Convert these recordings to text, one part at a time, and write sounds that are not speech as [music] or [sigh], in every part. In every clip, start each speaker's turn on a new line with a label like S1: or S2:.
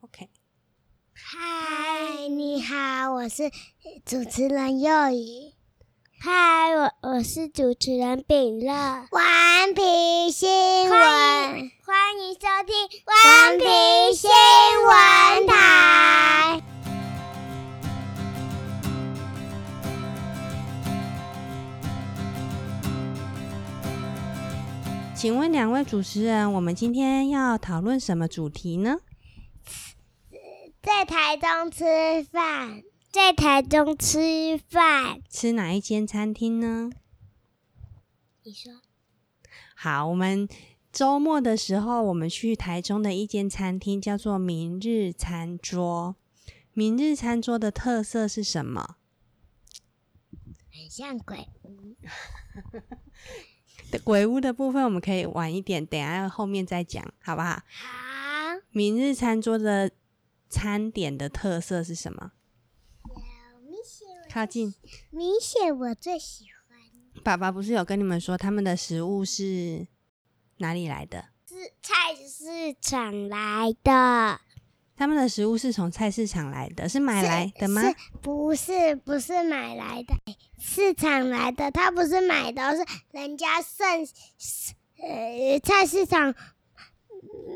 S1: OK，
S2: 嗨，你好，我是主持人幼怡。嗨，我我是主持人秉乐。顽皮新闻，欢迎收听顽皮新闻台。
S1: 请问两位主持人，我们今天要讨论什么主题呢？
S2: 在台中吃饭，在台中吃饭。
S1: 吃哪一间餐厅呢？
S2: 你说
S1: 好，我们周末的时候，我们去台中的一间餐厅，叫做明日餐桌。明日餐桌的特色是什么？
S2: 很像鬼屋，
S1: 的鬼屋的部分我们可以晚一点，等一下后面再讲，好不好？
S2: 好，
S1: 明日餐桌的餐点的特色是什么？
S2: 明显
S1: 靠近
S2: 明显我最喜欢
S1: 爸爸不是有跟你们说他们的食物是哪里来的？
S2: 是菜市场来的，
S1: 他们的食物是从菜市场来的，是买来的吗？
S2: 是不是不是买来的，市场来的，它不是买的，是人家剩呃菜市场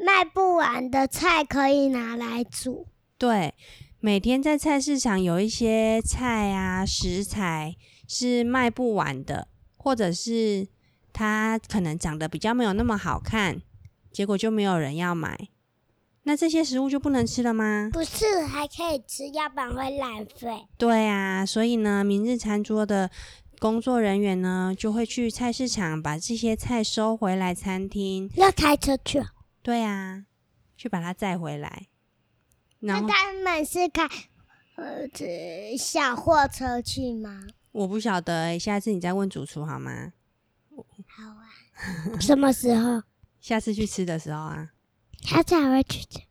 S2: 卖不完的菜可以拿来煮。
S1: 对，每天在菜市场有一些菜啊食材是卖不完的，或者是它可能长得比较没有那么好看，结果就没有人要买。那这些食物就不能吃了吗？
S2: 不是还可以吃，要不然会浪费。
S1: 对啊，所以呢，明日餐桌的工作人员呢，就会去菜市场把这些菜收回来餐厅。
S2: 要开车去哦，
S1: 对啊，去把它载回来。然
S2: 那
S1: 后
S2: 他们是开呃这小货车去吗？
S1: 我不晓得欸，下次你再问主厨好吗？
S2: 好啊，什么时候？
S1: 下次去吃的时候啊，
S2: 他才会去吃。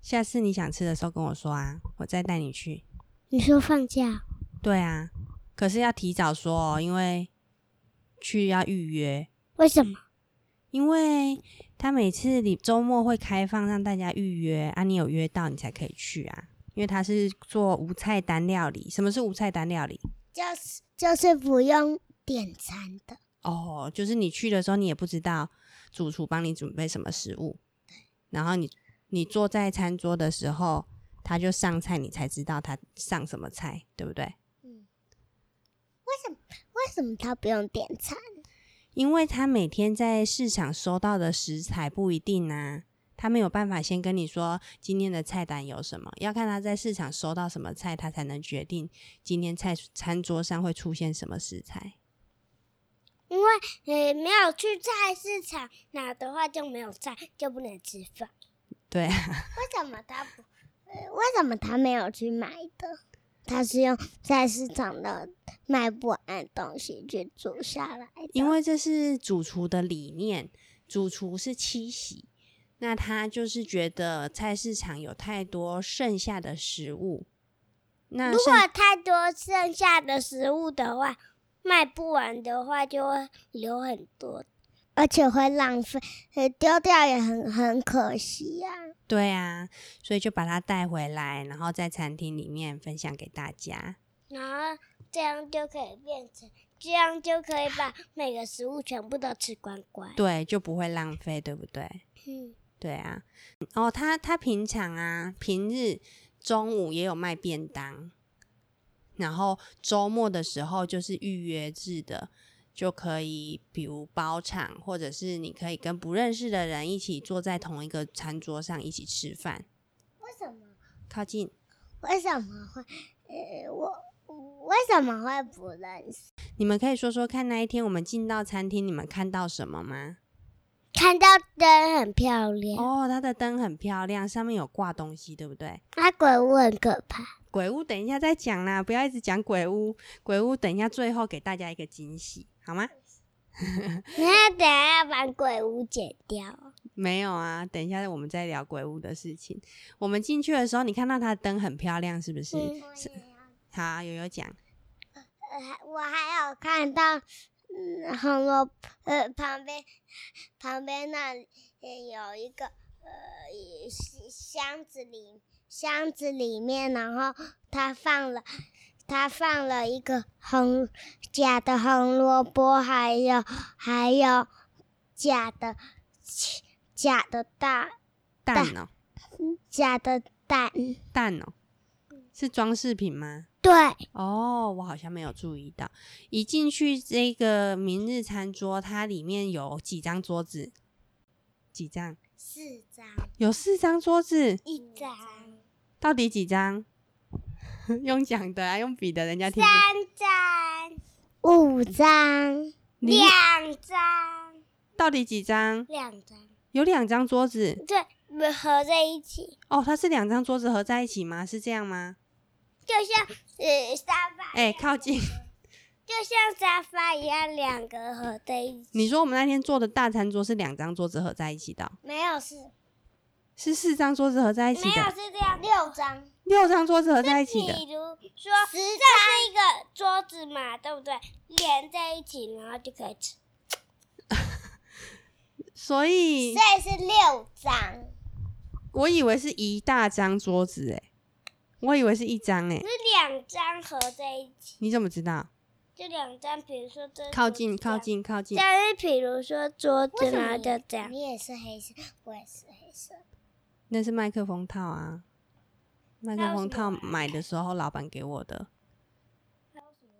S1: 下次你想吃的时候跟我说啊，我再带你去。
S2: 你说放假？
S1: 对啊，可是要提早说哦，因为去要预约，
S2: 为什么？
S1: 因为他每次你周末会开放让大家预约啊，你有约到你才可以去啊，因为他是做无菜单料理。什么是无菜单料理？
S2: 就是就是不用点餐的，
S1: 哦，就是你去的时候，你也不知道主厨帮你准备什么食物，然后你你坐在餐桌的时候，他就上菜，你才知道他上什么菜，对不对？
S2: 为什么他不用点餐？
S1: 因为他每天在市场收到的食材不一定啊，他没有办法先跟你说今天的菜单有什么，要看他在市场收到什么菜，他才能决定今天菜餐桌上会出现什么食材。
S2: 因为呃没有去菜市场拿的话就没有菜，就不能吃饭。
S1: 对啊、
S2: 为什么他不？呃为什么他没有去买的？他是用菜市场的卖不完的东西去煮下来的。
S1: 因为这是主厨的理念，主厨是七喜，那他就是觉得菜市场有太多剩下的食物，那
S2: 如
S1: 剩
S2: 果太多剩下的食物的话，卖不完的话就会留很多，而且会浪费，呃丢掉也很很可惜呀、啊。
S1: 对啊，所以就把它带回来，然后在餐厅里面分享给大家。
S2: 然后这样就可以变成，这样就可以把每个食物全部都吃光光。
S1: 对，就不会浪费，对不对？
S2: 嗯，
S1: 对啊。哦，他他平常啊，平日中午也有卖便当，然后周末的时候就是预约制的，就可以比如包场，或者是你可以跟不认识的人一起坐在同一个餐桌上一起吃饭。
S2: 为什么？
S1: 靠近，
S2: 为什么会？呃，我为什么会不认识？
S1: 你们可以说说看，那一天我们进到餐厅，你们看到什么吗？
S2: 看到灯很漂亮，
S1: 哦，它的灯很漂亮，上面有挂东西，对不对？
S2: 那、鬼屋很可怕。
S1: 鬼屋等一下再讲啦，不要一直讲鬼屋。鬼屋等一下最后给大家一个惊喜，好吗？
S2: 那等一下要把鬼屋剪掉。
S1: 没有啊，等一下我们再聊鬼屋的事情。我们进去的时候，你看到它的灯很漂亮，是不是？
S2: 嗯
S1: 是好，有有讲，
S2: 呃，我还有看到，嗯，红萝呃旁边旁边那里也有一个呃一箱子里箱子里面，然后他放了他放了一个红假的红萝卜，还有还有假的假的蛋
S1: 蛋哦，
S2: 假的蛋，
S1: 蛋哦，是装饰品吗？
S2: 对，
S1: 哦，我好像没有注意到。一进去这个明日餐桌，它里面有几张桌子？几张？
S2: 四张，
S1: 有四张桌子，
S2: 一张，
S1: 到底几张？ [laughs] 用讲的啊，用笔的，人家听不。
S2: 三张，五张，
S1: 你
S2: 两张，
S1: 到底几张？
S2: 两张，
S1: 有两张桌子
S2: 对，合在一起，
S1: 哦，它是两张桌子合在一起吗？是这样吗？
S2: 就像呃沙发，
S1: 哎、靠近。 [laughs]
S2: 就像沙发一样，两个合在一起。
S1: 你说我们那天做的大餐桌是两张桌子合在一起的哦、
S2: 没有是，
S1: 是四张桌子合在一起
S2: 没有
S1: 的，
S2: 是这样，六张。
S1: 六张桌子合在一起的。
S2: 比如说，这是一个桌子嘛，对不对？连在一起，然后就可以吃。
S1: 所以
S2: 以是六张，
S1: 我以为是一大张桌子，哎，我以为是一张，哎
S2: 是，两张合在一起，
S1: 你怎么知道？
S2: 就两张。比如说这
S1: 靠近，靠。近，靠近。
S2: 但是比如说桌子，然后就这样。
S3: 你也是黑色，我也是黑色。
S1: 那是麦克风套啊，麦克风套
S2: 那有什么
S1: 买的时候老板给我的。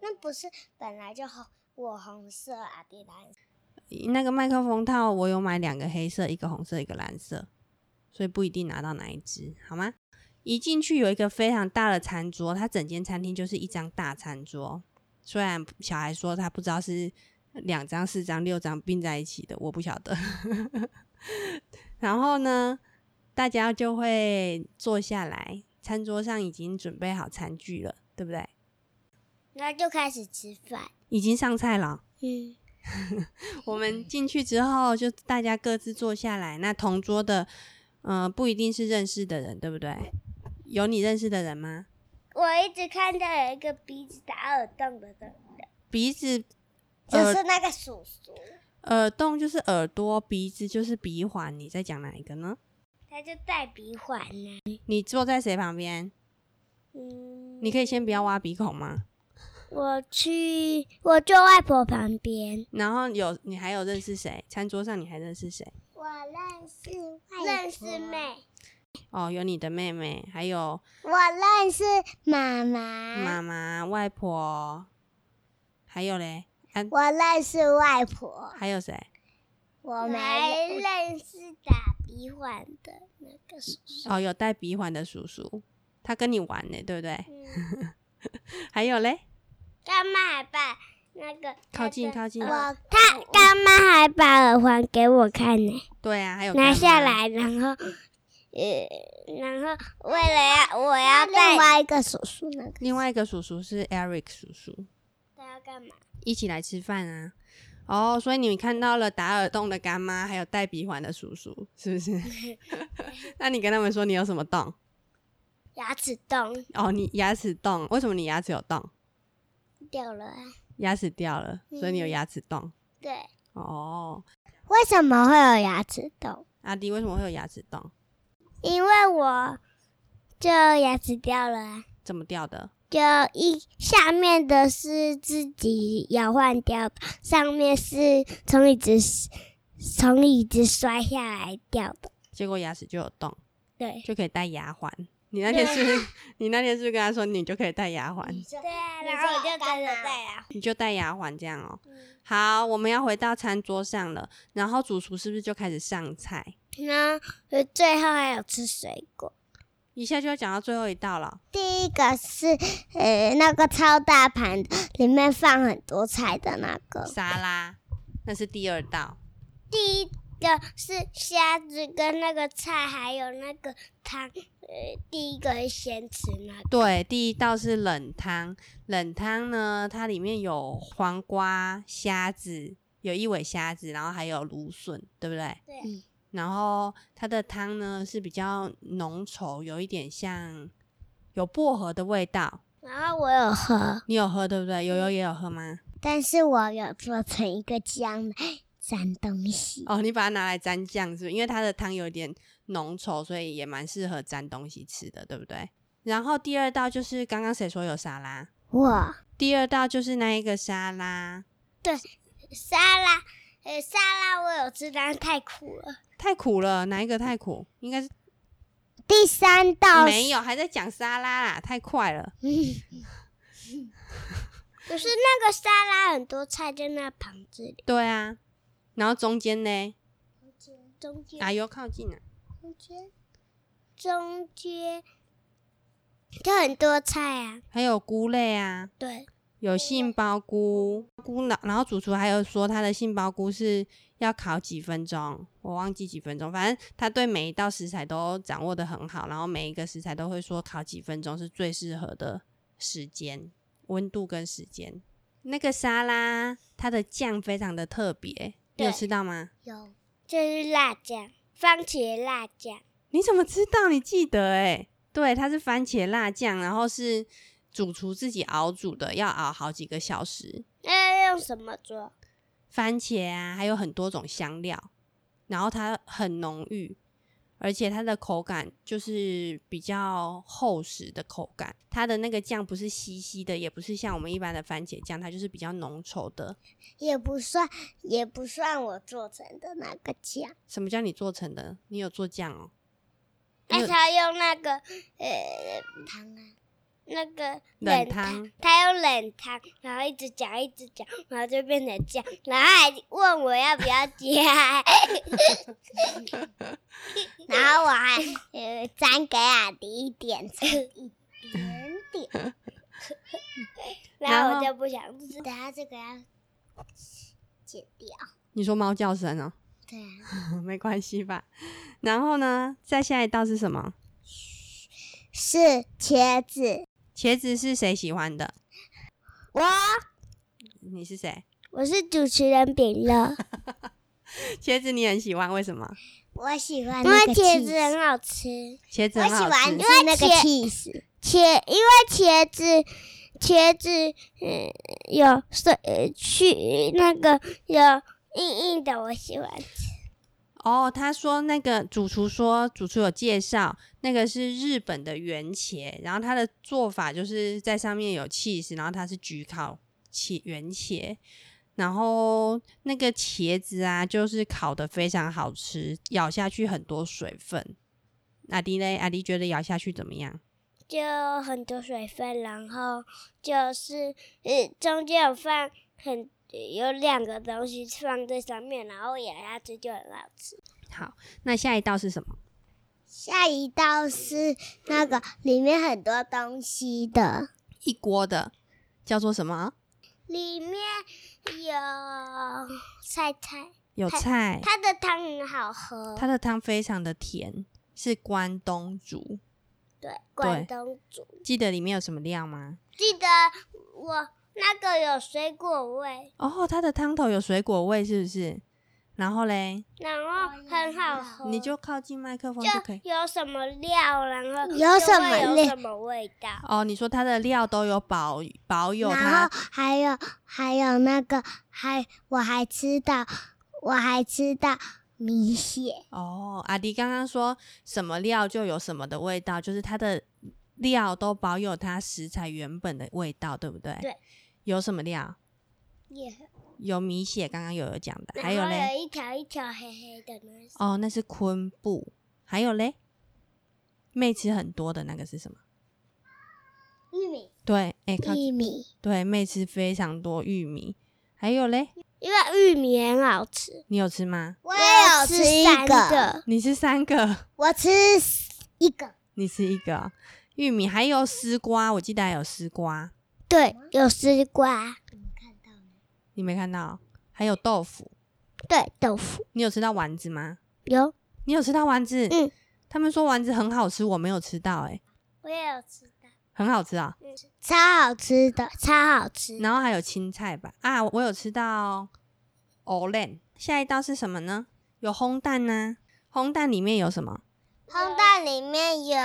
S3: 那不是本来就红，我红色啊，迪蓝色。
S1: 那个麦克风套我有买两个黑色，一个红色，一个蓝色，所以不一定拿到哪一只，好吗？一进去有一个非常大的餐桌，它整间餐厅就是一张大餐桌。虽然小孩说他不知道是两张、四张、六张并在一起的，我不晓得。 [laughs] 然后呢，大家就会坐下来，餐桌上已经准备好餐具了，对不对？
S2: 然后就开始吃饭。
S1: 已经上菜了。
S2: 嗯，
S1: 我们进去之后，就大家各自坐下来。那同桌的，呃，不一定是认识的人，对不对？有你认识的人吗？
S2: 我一直看到有一个鼻子打耳洞的呃人，
S1: 鼻子、
S3: 就
S1: 耳
S3: 是那个叔叔，
S1: 耳洞就是耳朵，鼻子就是鼻环。你在讲哪一个呢？
S2: 他就戴鼻环啊呢、
S1: 你坐在谁旁边？
S2: 嗯，
S1: 你可以先不要挖鼻孔吗？
S2: 我去，我坐外婆旁边，
S1: 然后有你还有认识谁？餐桌上你还认识谁？
S3: 我认识
S2: 认识，妹，
S1: 哦，有你的妹妹，还有
S3: 我认识妈妈，
S1: 妈妈、外婆，还有嘞，啊，
S3: 我认识外婆，
S1: 还有谁？
S3: 我
S2: 我
S3: 没
S2: 没
S3: 认
S2: 认识打鼻环的那个叔叔。
S1: 哦，有戴鼻环的叔叔，他跟你玩呢，对不对？
S2: 嗯，
S1: [laughs] 还有嘞，
S2: 干妈还把那个
S1: 靠近
S2: 那个
S1: 靠近
S2: 呃他干妈还把耳环给我看呢、
S1: 对啊，还有
S2: 拿
S1: 干妈，
S2: 下来，然后呃，然后为了要我
S3: 那
S2: 要
S3: 另
S2: 戴，
S3: 外一个叔叔那个，
S1: 另外一个叔叔是 Eric 叔叔，
S2: 他要干嘛？
S1: 一起来吃饭啊。哦，所以你看到了打耳洞的干妈，还有戴鼻环的叔叔，是 [laughs]
S2: [laughs]
S1: 不是？那你跟他们说你有什么洞？
S2: 牙齿洞
S1: 哦，你牙齿洞，为什么你牙齿有洞？
S2: 掉了啊，
S1: 牙齿掉了，所以你有牙齿洞。
S2: 嗯对，
S1: 哦，
S3: 为什么会有牙齿洞？
S1: 阿迪为什么会有牙齿洞？
S2: 因为我就牙齿掉了、啊。
S1: 怎么掉的？
S2: 就一下面的是自己摇换掉，上面是从椅子从椅子摔下来掉的。
S1: 结果牙齿就有洞。
S2: 对，
S1: 就可以戴牙环。你那天是不是 [laughs] 你那天是不是跟他说你就可以戴牙环，
S2: 对啊，
S3: 你
S2: 然后我
S3: 说
S2: 就真的
S3: 干嘛
S2: 戴啊。
S1: 你就戴牙环这样哦、好，我们要回到餐桌上了，然后主厨是不是就开始上菜？
S2: 然后最后还有吃水果，
S1: 一下就要讲到最后一道了。
S3: 第一个是呃那个超大盘的，里面放很多菜的那个，
S1: 沙拉，那是第二道。
S2: 第一个是虾子跟那个菜，还有那个汤。呃，第一个是先吃那个，
S1: 对，第一道是冷汤。冷汤呢，它里面有黄瓜、虾子，有一尾虾子，然后还有芦笋，对不对？
S2: 对啊
S3: 嗯
S1: 然后它的汤呢是比较浓稠，有一点像有薄荷的味道。
S2: 然后我有喝，
S1: 你有喝对不对？悠悠也有喝吗？
S3: 但是我有做
S2: [gasps]
S3: 成一个酱来沾东西。
S1: 哦，你把它拿来沾酱是不是？因为它的汤有点浓稠，所以也蛮适合沾东西吃的，对不对？然后第二道就是刚刚谁说有沙拉？
S3: 我
S1: 第二道就是那一个沙拉，
S2: 沙拉，呃，沙拉我有吃，但是太苦了。
S1: 太苦了，哪一个太苦？应该是
S3: 第三道
S1: 没有，还在讲沙拉啦，太快了。
S2: 可是那个沙拉很多菜在那盘子里，
S1: 对啊，然后中间呢？
S2: 中间、
S1: 啊，有靠近啊，
S2: 中间中间就很多菜啊。
S1: 还有菇类啊，
S2: 对，
S1: 有杏鲍菇，菇脑，然后主厨还有说他的杏鲍菇是要烤几分钟，我忘记几分钟，反正他对每一道食材都掌握的很好，然后每一个食材都会说烤几分钟是最适合的时间、温度跟时间。那个沙拉它的酱非常的特别，你有
S2: 对
S1: 吃到吗？
S2: 有这是辣酱，番茄辣酱。
S1: 你怎么知道？你记得哎、对，它是番茄辣酱，然后是主厨自己熬煮的，要熬好几个小时。
S2: 那呃要用什么做？
S1: 番茄啊，还有很多种香料，然后它很浓郁，而且它的口感就是比较厚实的口感。它的那个酱不是稀稀的，也不是像我们一般的番茄酱，它就是比较浓稠的。
S2: 也不算，也不算我做成的那个酱。
S1: 什么叫你做成的？你有做酱哦？你
S2: 那
S3: 哎
S1: 有
S2: 他用那个呃汤啊，那个
S1: 冷汤
S2: 汤，他用冷汤，然后一直搅一直搅，然后就变成酱，然后还问我要不要加，
S3: 然后我还呃沾给阿迪一点吃，
S2: 然
S1: 然
S2: 后我
S1: 后
S2: 就不想吃。
S3: 等下这个要剪掉。
S1: 你说猫叫声哦？
S3: 对啊，
S1: [laughs] 没关系吧？然后呢，再下一道是什么？
S3: 是茄子。
S1: 茄子是谁喜欢的？
S3: 我
S1: 你是谁？
S3: 我是主持人饼乐，
S1: 茄子你很喜欢，为什么？
S3: 我喜欢
S2: 因为
S3: 那个
S2: 茄子
S3: cheese，
S2: 很好吃，
S1: 茄子
S3: 我
S1: 很
S3: 喜
S1: 好
S3: 欢
S1: 吃
S3: 吃，那个
S2: 因为茄
S3: cheese，
S2: 茄因为茄子茄子嗯有是呃去那个有硬硬的，我喜欢
S1: 哦，他说那个主厨说，主厨有介绍，那个是日本的圆茄，然后它的做法就是在上面有 cheese，然后它是焗烤茄圆茄，然后那个茄子啊，就是烤的非常好吃，咬下去很多水分。阿迪嘞，阿迪觉得咬下去怎么样？
S2: 就很多水分，然后就是呃中间有放很有两个东西放在上面，然后咬下去就很好吃。
S1: 好，那下一道是什么？
S3: 下一道是那个里面很多东西的，
S1: 一锅的，叫做什么？啊
S2: 里面有菜菜，
S1: 有菜，
S2: 它的汤很好喝，
S1: 它的汤非常的甜，是关东煮。
S2: 对，关东煮。
S1: 记得里面有什么料吗？
S2: 记得我那个有水果味，
S1: 哦，它的汤头有水果味，是不是？然后嘞，
S2: 然后很好喝。
S1: 你就靠近麦克风就可以。
S2: 就有什么料，然后
S3: 有
S2: 就
S3: 什
S2: 会
S3: 么
S2: 有
S3: 料
S2: 什么味道。
S1: 哦，你说它的料都有保保有
S3: 然
S1: 它
S3: 后还有还有那个还我还吃到我还吃到米血，
S1: 哦。阿迪刚刚说什么料就有什么的味道，就是它的料都保有它食材原本的味道，对不对？
S2: 对。
S1: 有什么料？
S2: 也很
S1: 有米血，刚刚有有讲的，还有
S2: 然后
S1: 嘞，
S2: 有一条一条黑黑的那是
S1: 哦，那是昆布，还有嘞，妹吃很多的那个是什么？
S2: 玉米，
S1: 对，哎、靠近，
S3: 玉米，
S1: 对，妹吃非常多玉米，还有嘞，
S2: 因为玉米很好吃。
S1: 你有吃吗？
S3: 我
S2: 也有吃
S3: 三
S2: 三
S3: 个
S2: 个，
S1: 你吃三个， [laughs]
S3: 我吃一个，
S1: 你吃一个哦玉米，还有丝瓜，我记得还有丝瓜，
S2: 对，有丝瓜，
S1: 你没看到？还有豆腐，
S2: 对，豆腐
S1: 你有吃到丸子吗？
S2: 有。
S1: 你有吃到丸子？
S2: 嗯，
S1: 他们说丸子很好吃，我没有吃到、欸，
S2: 我也有吃到，
S1: 很好吃啊、
S2: 嗯
S3: 超好吃的，超好吃。
S1: 然后还有青菜吧，啊，我有吃到 o l e n 下一道是什么呢？有烘蛋呐、烘蛋里面有什么？
S3: 烘蛋里面有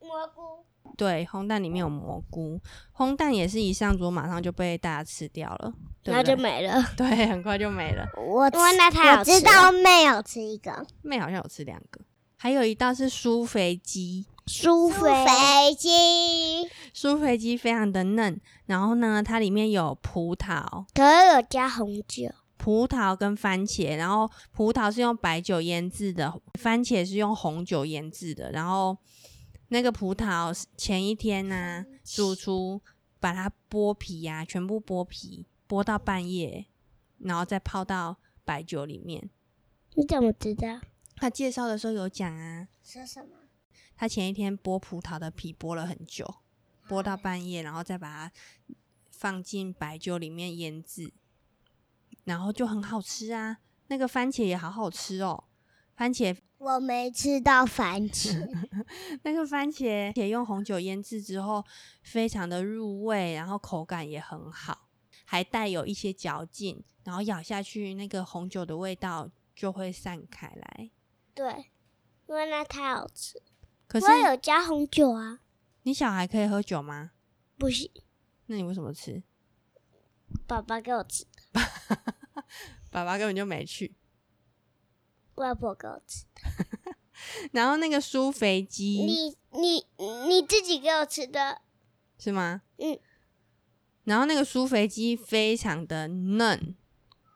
S2: 蘑菇，
S1: 对，烘蛋里面有蘑菇，烘蛋也是一上桌马上就被大家吃掉了，对
S2: 然后
S1: 不
S2: 就
S1: 对？
S2: 没了。
S1: 对，很快就没了。
S3: 我吃
S2: 因为那太好
S3: 我
S2: 吃了
S3: 知道妹有吃一个，
S1: 妹好像有吃两个，还有一道是酥肥鸡，
S2: 苏
S3: 苏
S2: 菲
S3: 肥鸡，
S1: 酥肥鸡非常的嫩，然后呢，它里面有葡萄、
S2: 可是有加红酒，
S1: 葡萄跟番茄，然后葡萄是用白酒腌制的，番茄是用红酒腌制的。然后那个葡萄是前一天呢、主厨把它剥皮呀、全部剥皮，剥到半夜，然后再泡到白酒里面。
S2: 你怎么知道？
S1: 他介绍的时候有讲啊，
S3: 说什么？
S1: 他前一天剥葡萄的皮剥了很久，剥
S2: 嗯
S1: 到半夜，然后再把它放进白酒里面腌制，然后就很好吃啊。那个番茄也好好吃哦，番茄
S3: 我没吃到番茄，
S1: 那个番茄也用红酒腌制之后，非常的入味，然后口感也很好，还带有一些嚼劲，然后咬下去那个红酒的味道就会散开来。
S2: 对，因为那太好吃。
S1: 可是
S2: 我有加红酒啊，
S1: 你小孩可以喝酒吗？
S2: 不行，
S1: 那你为什么吃？
S2: 爸爸给我吃，
S1: 爸爸根本就没去。
S2: 外婆给我吃。
S1: 然后那个酥肥鸡
S2: 你你你自己给我吃的，
S1: 是吗？
S2: 嗯，
S1: 然后那个酥肥鸡非常的嫩，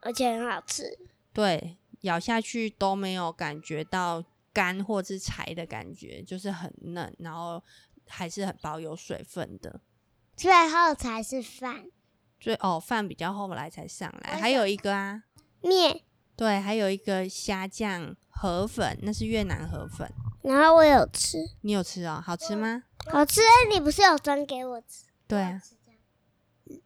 S2: 而且很好吃。
S1: 对，咬下去都没有感觉到干或是柴的感觉，就是很嫩，然后还是很保有水分的。
S3: 最后才是饭
S1: 最哦，饭比较后来才上
S3: 我
S1: 来，
S3: 想
S1: 还有一个啊，
S2: 面，
S1: 对，还有一个虾酱河粉，那是越南河粉，
S2: 然后我有吃，
S1: 你有吃哦？好吃吗？
S2: 好吃。你不是有端给我吃？
S1: 对啊，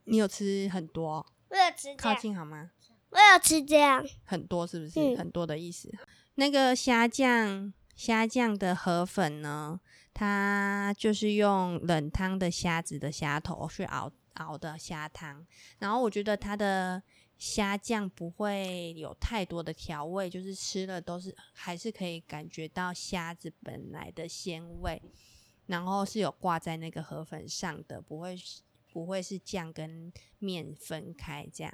S1: 你有吃很多哦，
S2: 我有吃这
S1: 靠
S2: 样，
S1: 近好吗？
S2: 我有吃这样。
S1: 很多是不是？
S2: 嗯
S1: 很多的意思。那个虾酱虾酱的河粉呢，它就是用冷汤的虾子的虾头去熬熬的虾汤，然后我觉得它的虾酱不会有太多的调味，就是吃了都是还是可以感觉到虾子本来的鲜味，然后是有挂在那个河粉上的，不会是不会是酱跟面分开这样。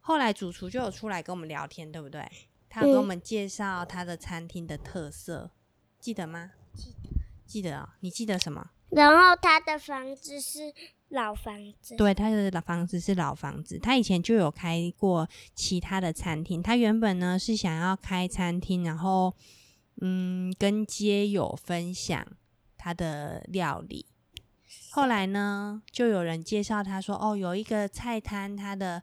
S1: 后来主厨就有出来跟我们聊天，对不对？他有跟我们介绍他的餐厅的特色，记得吗？记得，记得哦。你记得什么？
S2: 然后他的房子是老房子，
S1: 对，他的老房子是老房子，他以前就有开过其他的餐厅。他原本呢是想要开餐厅，然后嗯跟街友分享他的料理。后来呢，就有人介绍他说：“哦，有一个菜摊，他的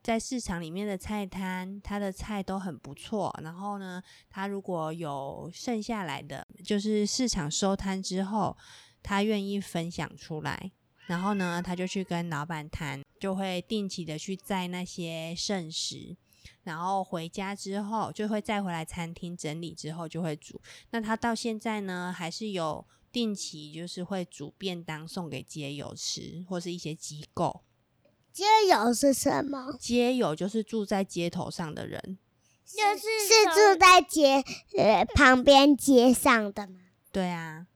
S1: 在市场里面的菜摊，他的菜都很不错。然后呢，他如果有剩下来的，就是市场收摊之后，他愿意分享出来。然后呢，他就去跟老板谈，就会定期的去载那些剩食，然后回家之后就会再回来餐厅整理之后就会煮。那他到现在呢，还是有定期就是会煮便当送给街友吃，或是一些机构。
S3: 街友是什么？
S1: 街友就是住在街头上的人，
S2: 就是
S3: 是
S2: 从
S3: 住在街呃旁边街上的吗？
S1: 对啊，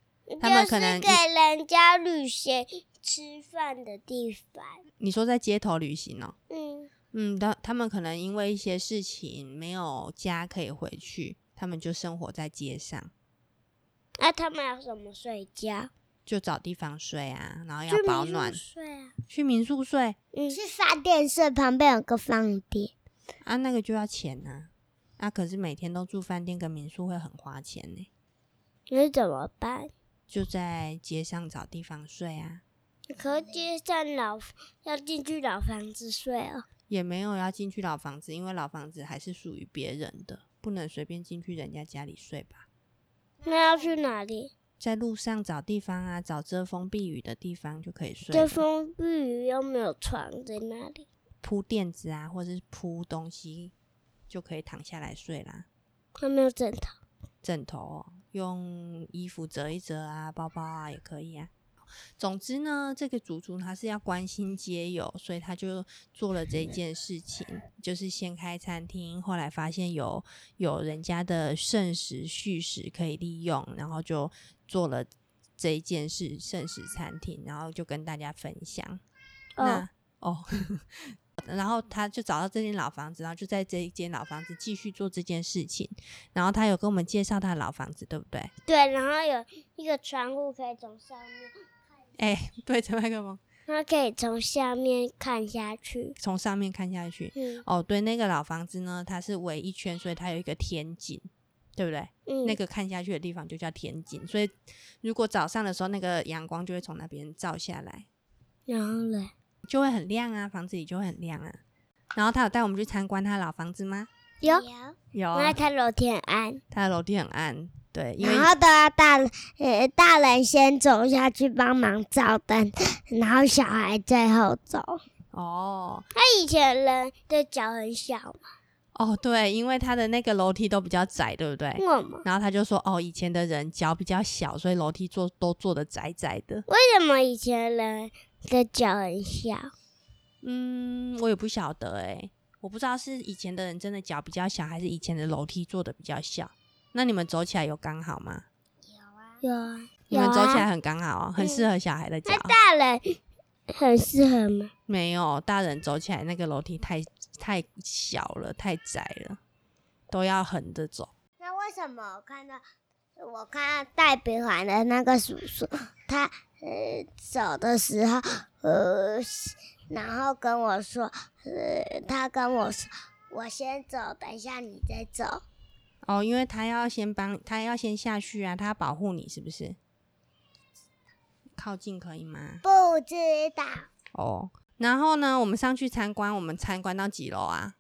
S1: 他们
S2: 就
S1: 可能
S2: 是给人家旅行吃饭的地方。
S1: 你说在街头旅行哦、
S2: 嗯，
S1: 嗯，他他们可能因为一些事情没有家可以回去，他们就生活在街上。
S2: 那、他们要怎么睡觉？
S1: 就找地方睡啊，然后要
S2: 去民
S1: 保
S2: 宿
S1: 暖，
S2: 睡啊。
S1: 去民宿睡
S2: 嗯，
S3: 去饭店睡，旁边有个饭店。
S1: 啊，那个就要钱啊。啊，可是每天都住饭店跟民宿会很花钱呢、
S2: 那怎么办？
S1: 就在街上找地方睡啊，
S2: 可是街上老要进去老房子睡哦。
S1: 也没有要进去老房子，因为老房子还是属于别人的，不能随便进去人家家里睡吧。
S2: 那要去哪里？
S1: 在路上找地方啊，找遮风避雨的地方就可以睡
S2: 遮
S1: 了，
S2: 风避雨又没有床在那里，
S1: 铺垫子啊，或是铺东西就可以躺下来睡啦。
S2: 还没有枕头。
S1: 枕头哦，用衣服折一折啊，包包啊也可以啊。总之呢，这个主厨他是要关心街友，所以他就做了这件事情，就是先开餐厅，后来发现有有人家的剩食续食可以利用，然后就做了这一件事剩食餐厅，然后就跟大家分享。
S2: 哦
S1: 那哦， [laughs] 然后他就找到这间老房子，然后就在这一间老房子继续做这件事情。然后他有跟我们介绍他的老房子，对不对？ [laughs]
S2: 对，然后有一个窗户可以从上面，
S1: 哎、对着麦克风，
S2: 它可以从下面看下去。
S1: 从上面看下去。
S2: 嗯
S1: 哦，对，那个老房子呢，它是围一圈，所以它有一个天井，对不对？
S2: 嗯，
S1: 那个看下去的地方就叫天井，所以如果早上的时候，那个阳光就会从那边照下来，
S2: 然后嘞，
S1: 就会很亮啊，房子里就会很亮啊。然后他有带我们去参观他的老房子吗？
S2: 有，
S1: 有啊
S2: 因为它楼梯很暗，
S1: 他的楼梯很暗，对，因为
S2: 然后都要大人呃大人先走下去帮忙照灯，然后小孩最后走。
S1: 哦
S2: 他以前人的脚很小嘛，
S1: 哦，对，因为他的那个楼梯都比较窄，对不对？
S2: 为什么？
S1: 然后他就说，哦，以前的人脚比较小，所以楼梯做都做的窄窄的。
S2: 为什么以前人的脚很小？
S1: 嗯，我也不晓得哎、我不知道是以前的人真的脚比较小，还是以前的楼梯做的比较小。那你们走起来有刚好吗？
S2: 有啊，
S1: 你
S2: 有
S1: 们走起
S2: 啊。
S1: 来很刚好、哦，很适合小孩的脚。
S2: 大人很适合吗？
S1: 没有大人走起来那个楼梯太太小了，太窄了，都要横着走。
S2: 那为什么我看到我看到戴鼻环的那个叔叔，他呃走的时候，呃，然后跟我说，呃，他跟我说，我先走，等一下你再走。
S1: 哦，因为他要先帮他要先下去啊，他要保护你是不是？靠近可以吗？
S2: 不知道
S1: 哦，然后呢，我们上去参观，我们参观到几楼啊？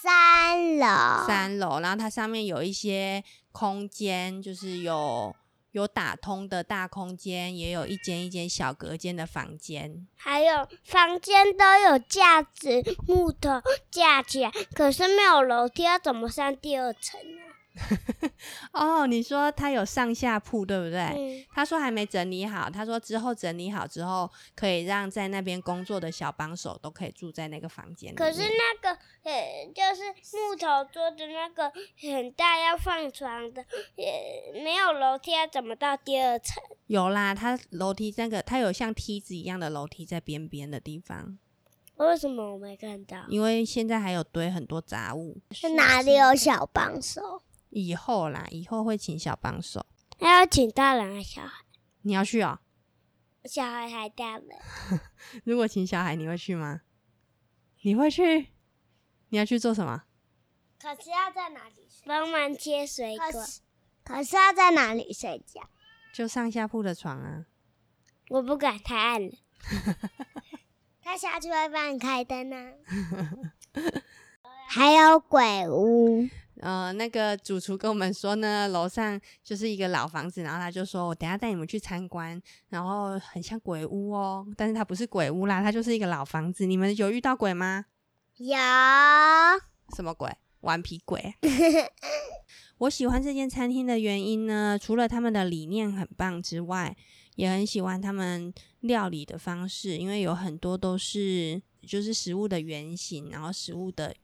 S2: 三楼，
S1: 三楼，然后它上面有一些空间，就是有有打通的大空间，也有一间一间小隔间的房间。
S2: 还有房间都有架子，木头架起来，可是没有楼梯，要怎么上第二层啊？
S1: 哦，你说它有上下铺，对不对？
S2: 嗯，
S1: 他说还没整理好，他说之后整理好之后，可以让在那边工作的小帮手都可以住在那个房间里面。
S2: 可是
S3: 嗯
S2: 那个呃，就是木头桌的那个很大，要放床的，也没有楼梯，要怎么到第二层？
S1: 有啦，它楼梯那个它有像梯子一样的楼梯在边边的地方，
S2: 为什么我没看到？
S1: 因为现在还有堆很多杂物。
S2: 哪里有小帮手？
S1: 以后啦，以后会请小帮手。
S2: 那要请大人还是小孩？
S1: 你要去哦、
S2: 小孩还大人？
S1: 如果请小孩，你会去吗？你会去？你要去做什么？
S2: 可是要在哪里？帮忙切水果。
S3: 可是要在哪里睡觉？
S1: 就上下铺的床啊。
S2: 我不敢，太暗
S3: [laughs]
S2: 了。
S3: 他下去会帮你开灯啊。还有鬼屋，
S1: 呃，那个主厨跟我们说呢，楼上就是一个老房子，然后他就说我等一下带你们去参观，然后很像鬼屋哦，但是它不是鬼屋啦，它就是一个老房子。你们有遇到鬼吗？
S3: 有
S1: 什么鬼？顽皮鬼！ [laughs] 我喜欢这间餐厅的原因呢，除了他们的理念很棒之外，也很喜欢他们料理的方式，因为有很多都是就是食物的原型，然后食物的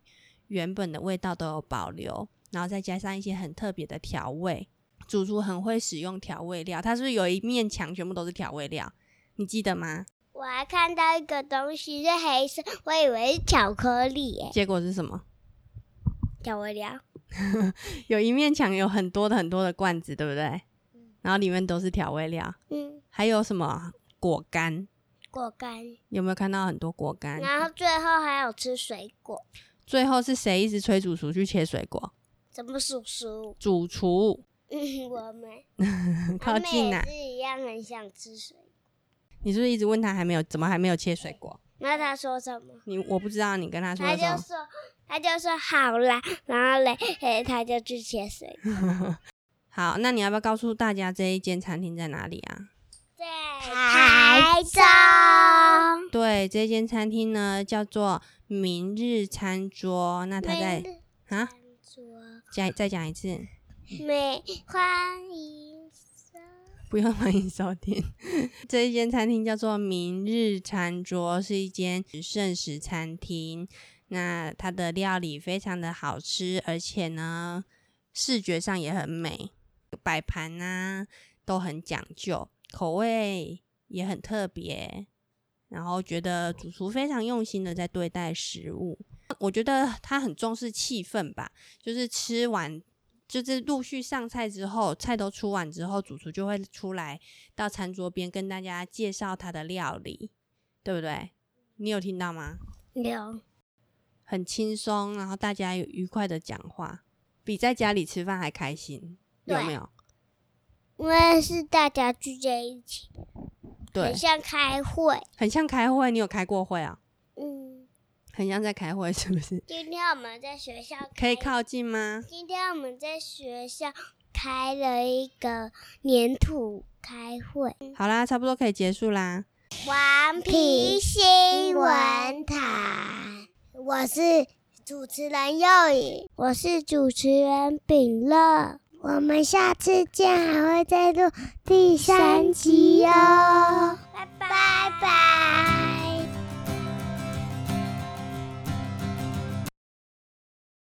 S1: 原本的味道都有保留，然后再加上一些很特别的调味。主厨很会使用调味料，他是不是有一面墙全部都是调味料？你记得吗？
S2: 我还看到一个东西是黑色，我以为是巧克力耶，
S1: 结果是什么？
S2: 巧克力啊。
S1: 有一面墙有很多的很多的罐子，对不对？然后里面都是调味料，
S2: 嗯，
S1: 还有什么果干？
S2: 果干。
S1: 有没有看到很多果干？
S2: 然后最后还有吃水果，
S1: 最后是谁一直催主厨去切水果？
S2: 怎么数数？
S1: 主厨
S2: 嗯， [laughs] 我
S1: [laughs]
S2: 们
S1: 靠近啦、
S2: 他们也是一样很想吃水果。
S1: 你是不是一直问他还没有怎么还没有切水果？
S2: 那他说什么？
S1: 你我不知道你跟他说
S2: 他
S1: 了什
S2: 就
S1: 么。
S2: 说，他就说好啦，然后嘞，诶，他就去切水果。
S1: 好，那你要不要告诉大家这一间餐厅在哪里啊？
S2: 对，
S3: 台中，
S1: 对，这间餐厅呢叫做明日餐桌。那它在
S2: 明日
S1: 啊，
S2: 说
S1: 再再讲一次，
S2: 美欢迎收
S1: 不用欢迎收听。 [laughs] 这一间餐厅叫做明日餐桌，是一间圣食餐厅。那它的料理非常的好吃，而且呢，视觉上也很美，摆盘啊都很讲究，口味也很特别。然后觉得主厨非常用心的在对待食物。我觉得他很重视气氛吧，就是吃完，就是陆续上菜之后，菜都出完之后，主厨就会出来到餐桌边跟大家介绍他的料理，对不对？你有听到吗？
S2: 有
S1: 很轻松，然后大家有愉快的讲话，比在家里吃饭还开心，有
S2: 对
S1: 没有？
S2: 因为是大家聚在一起，
S1: 对
S2: 很，像开会。
S1: 很像开会。你有开过会啊？
S2: 嗯，
S1: 很像在开会，是不是？
S2: 今天我们在学校
S1: 可以
S2: 看。
S1: 靠近吗？
S2: 今天我们在学校开了一个粘土开会，
S1: 好啦，差不多可以结束啦。
S2: 顽皮新闻台。
S3: 我是主持人幼颖，
S2: 我是主持人秉乐，
S3: 我们下次见，还会再录第三集哦，
S2: 拜
S3: 拜
S2: 拜。
S3: 拜。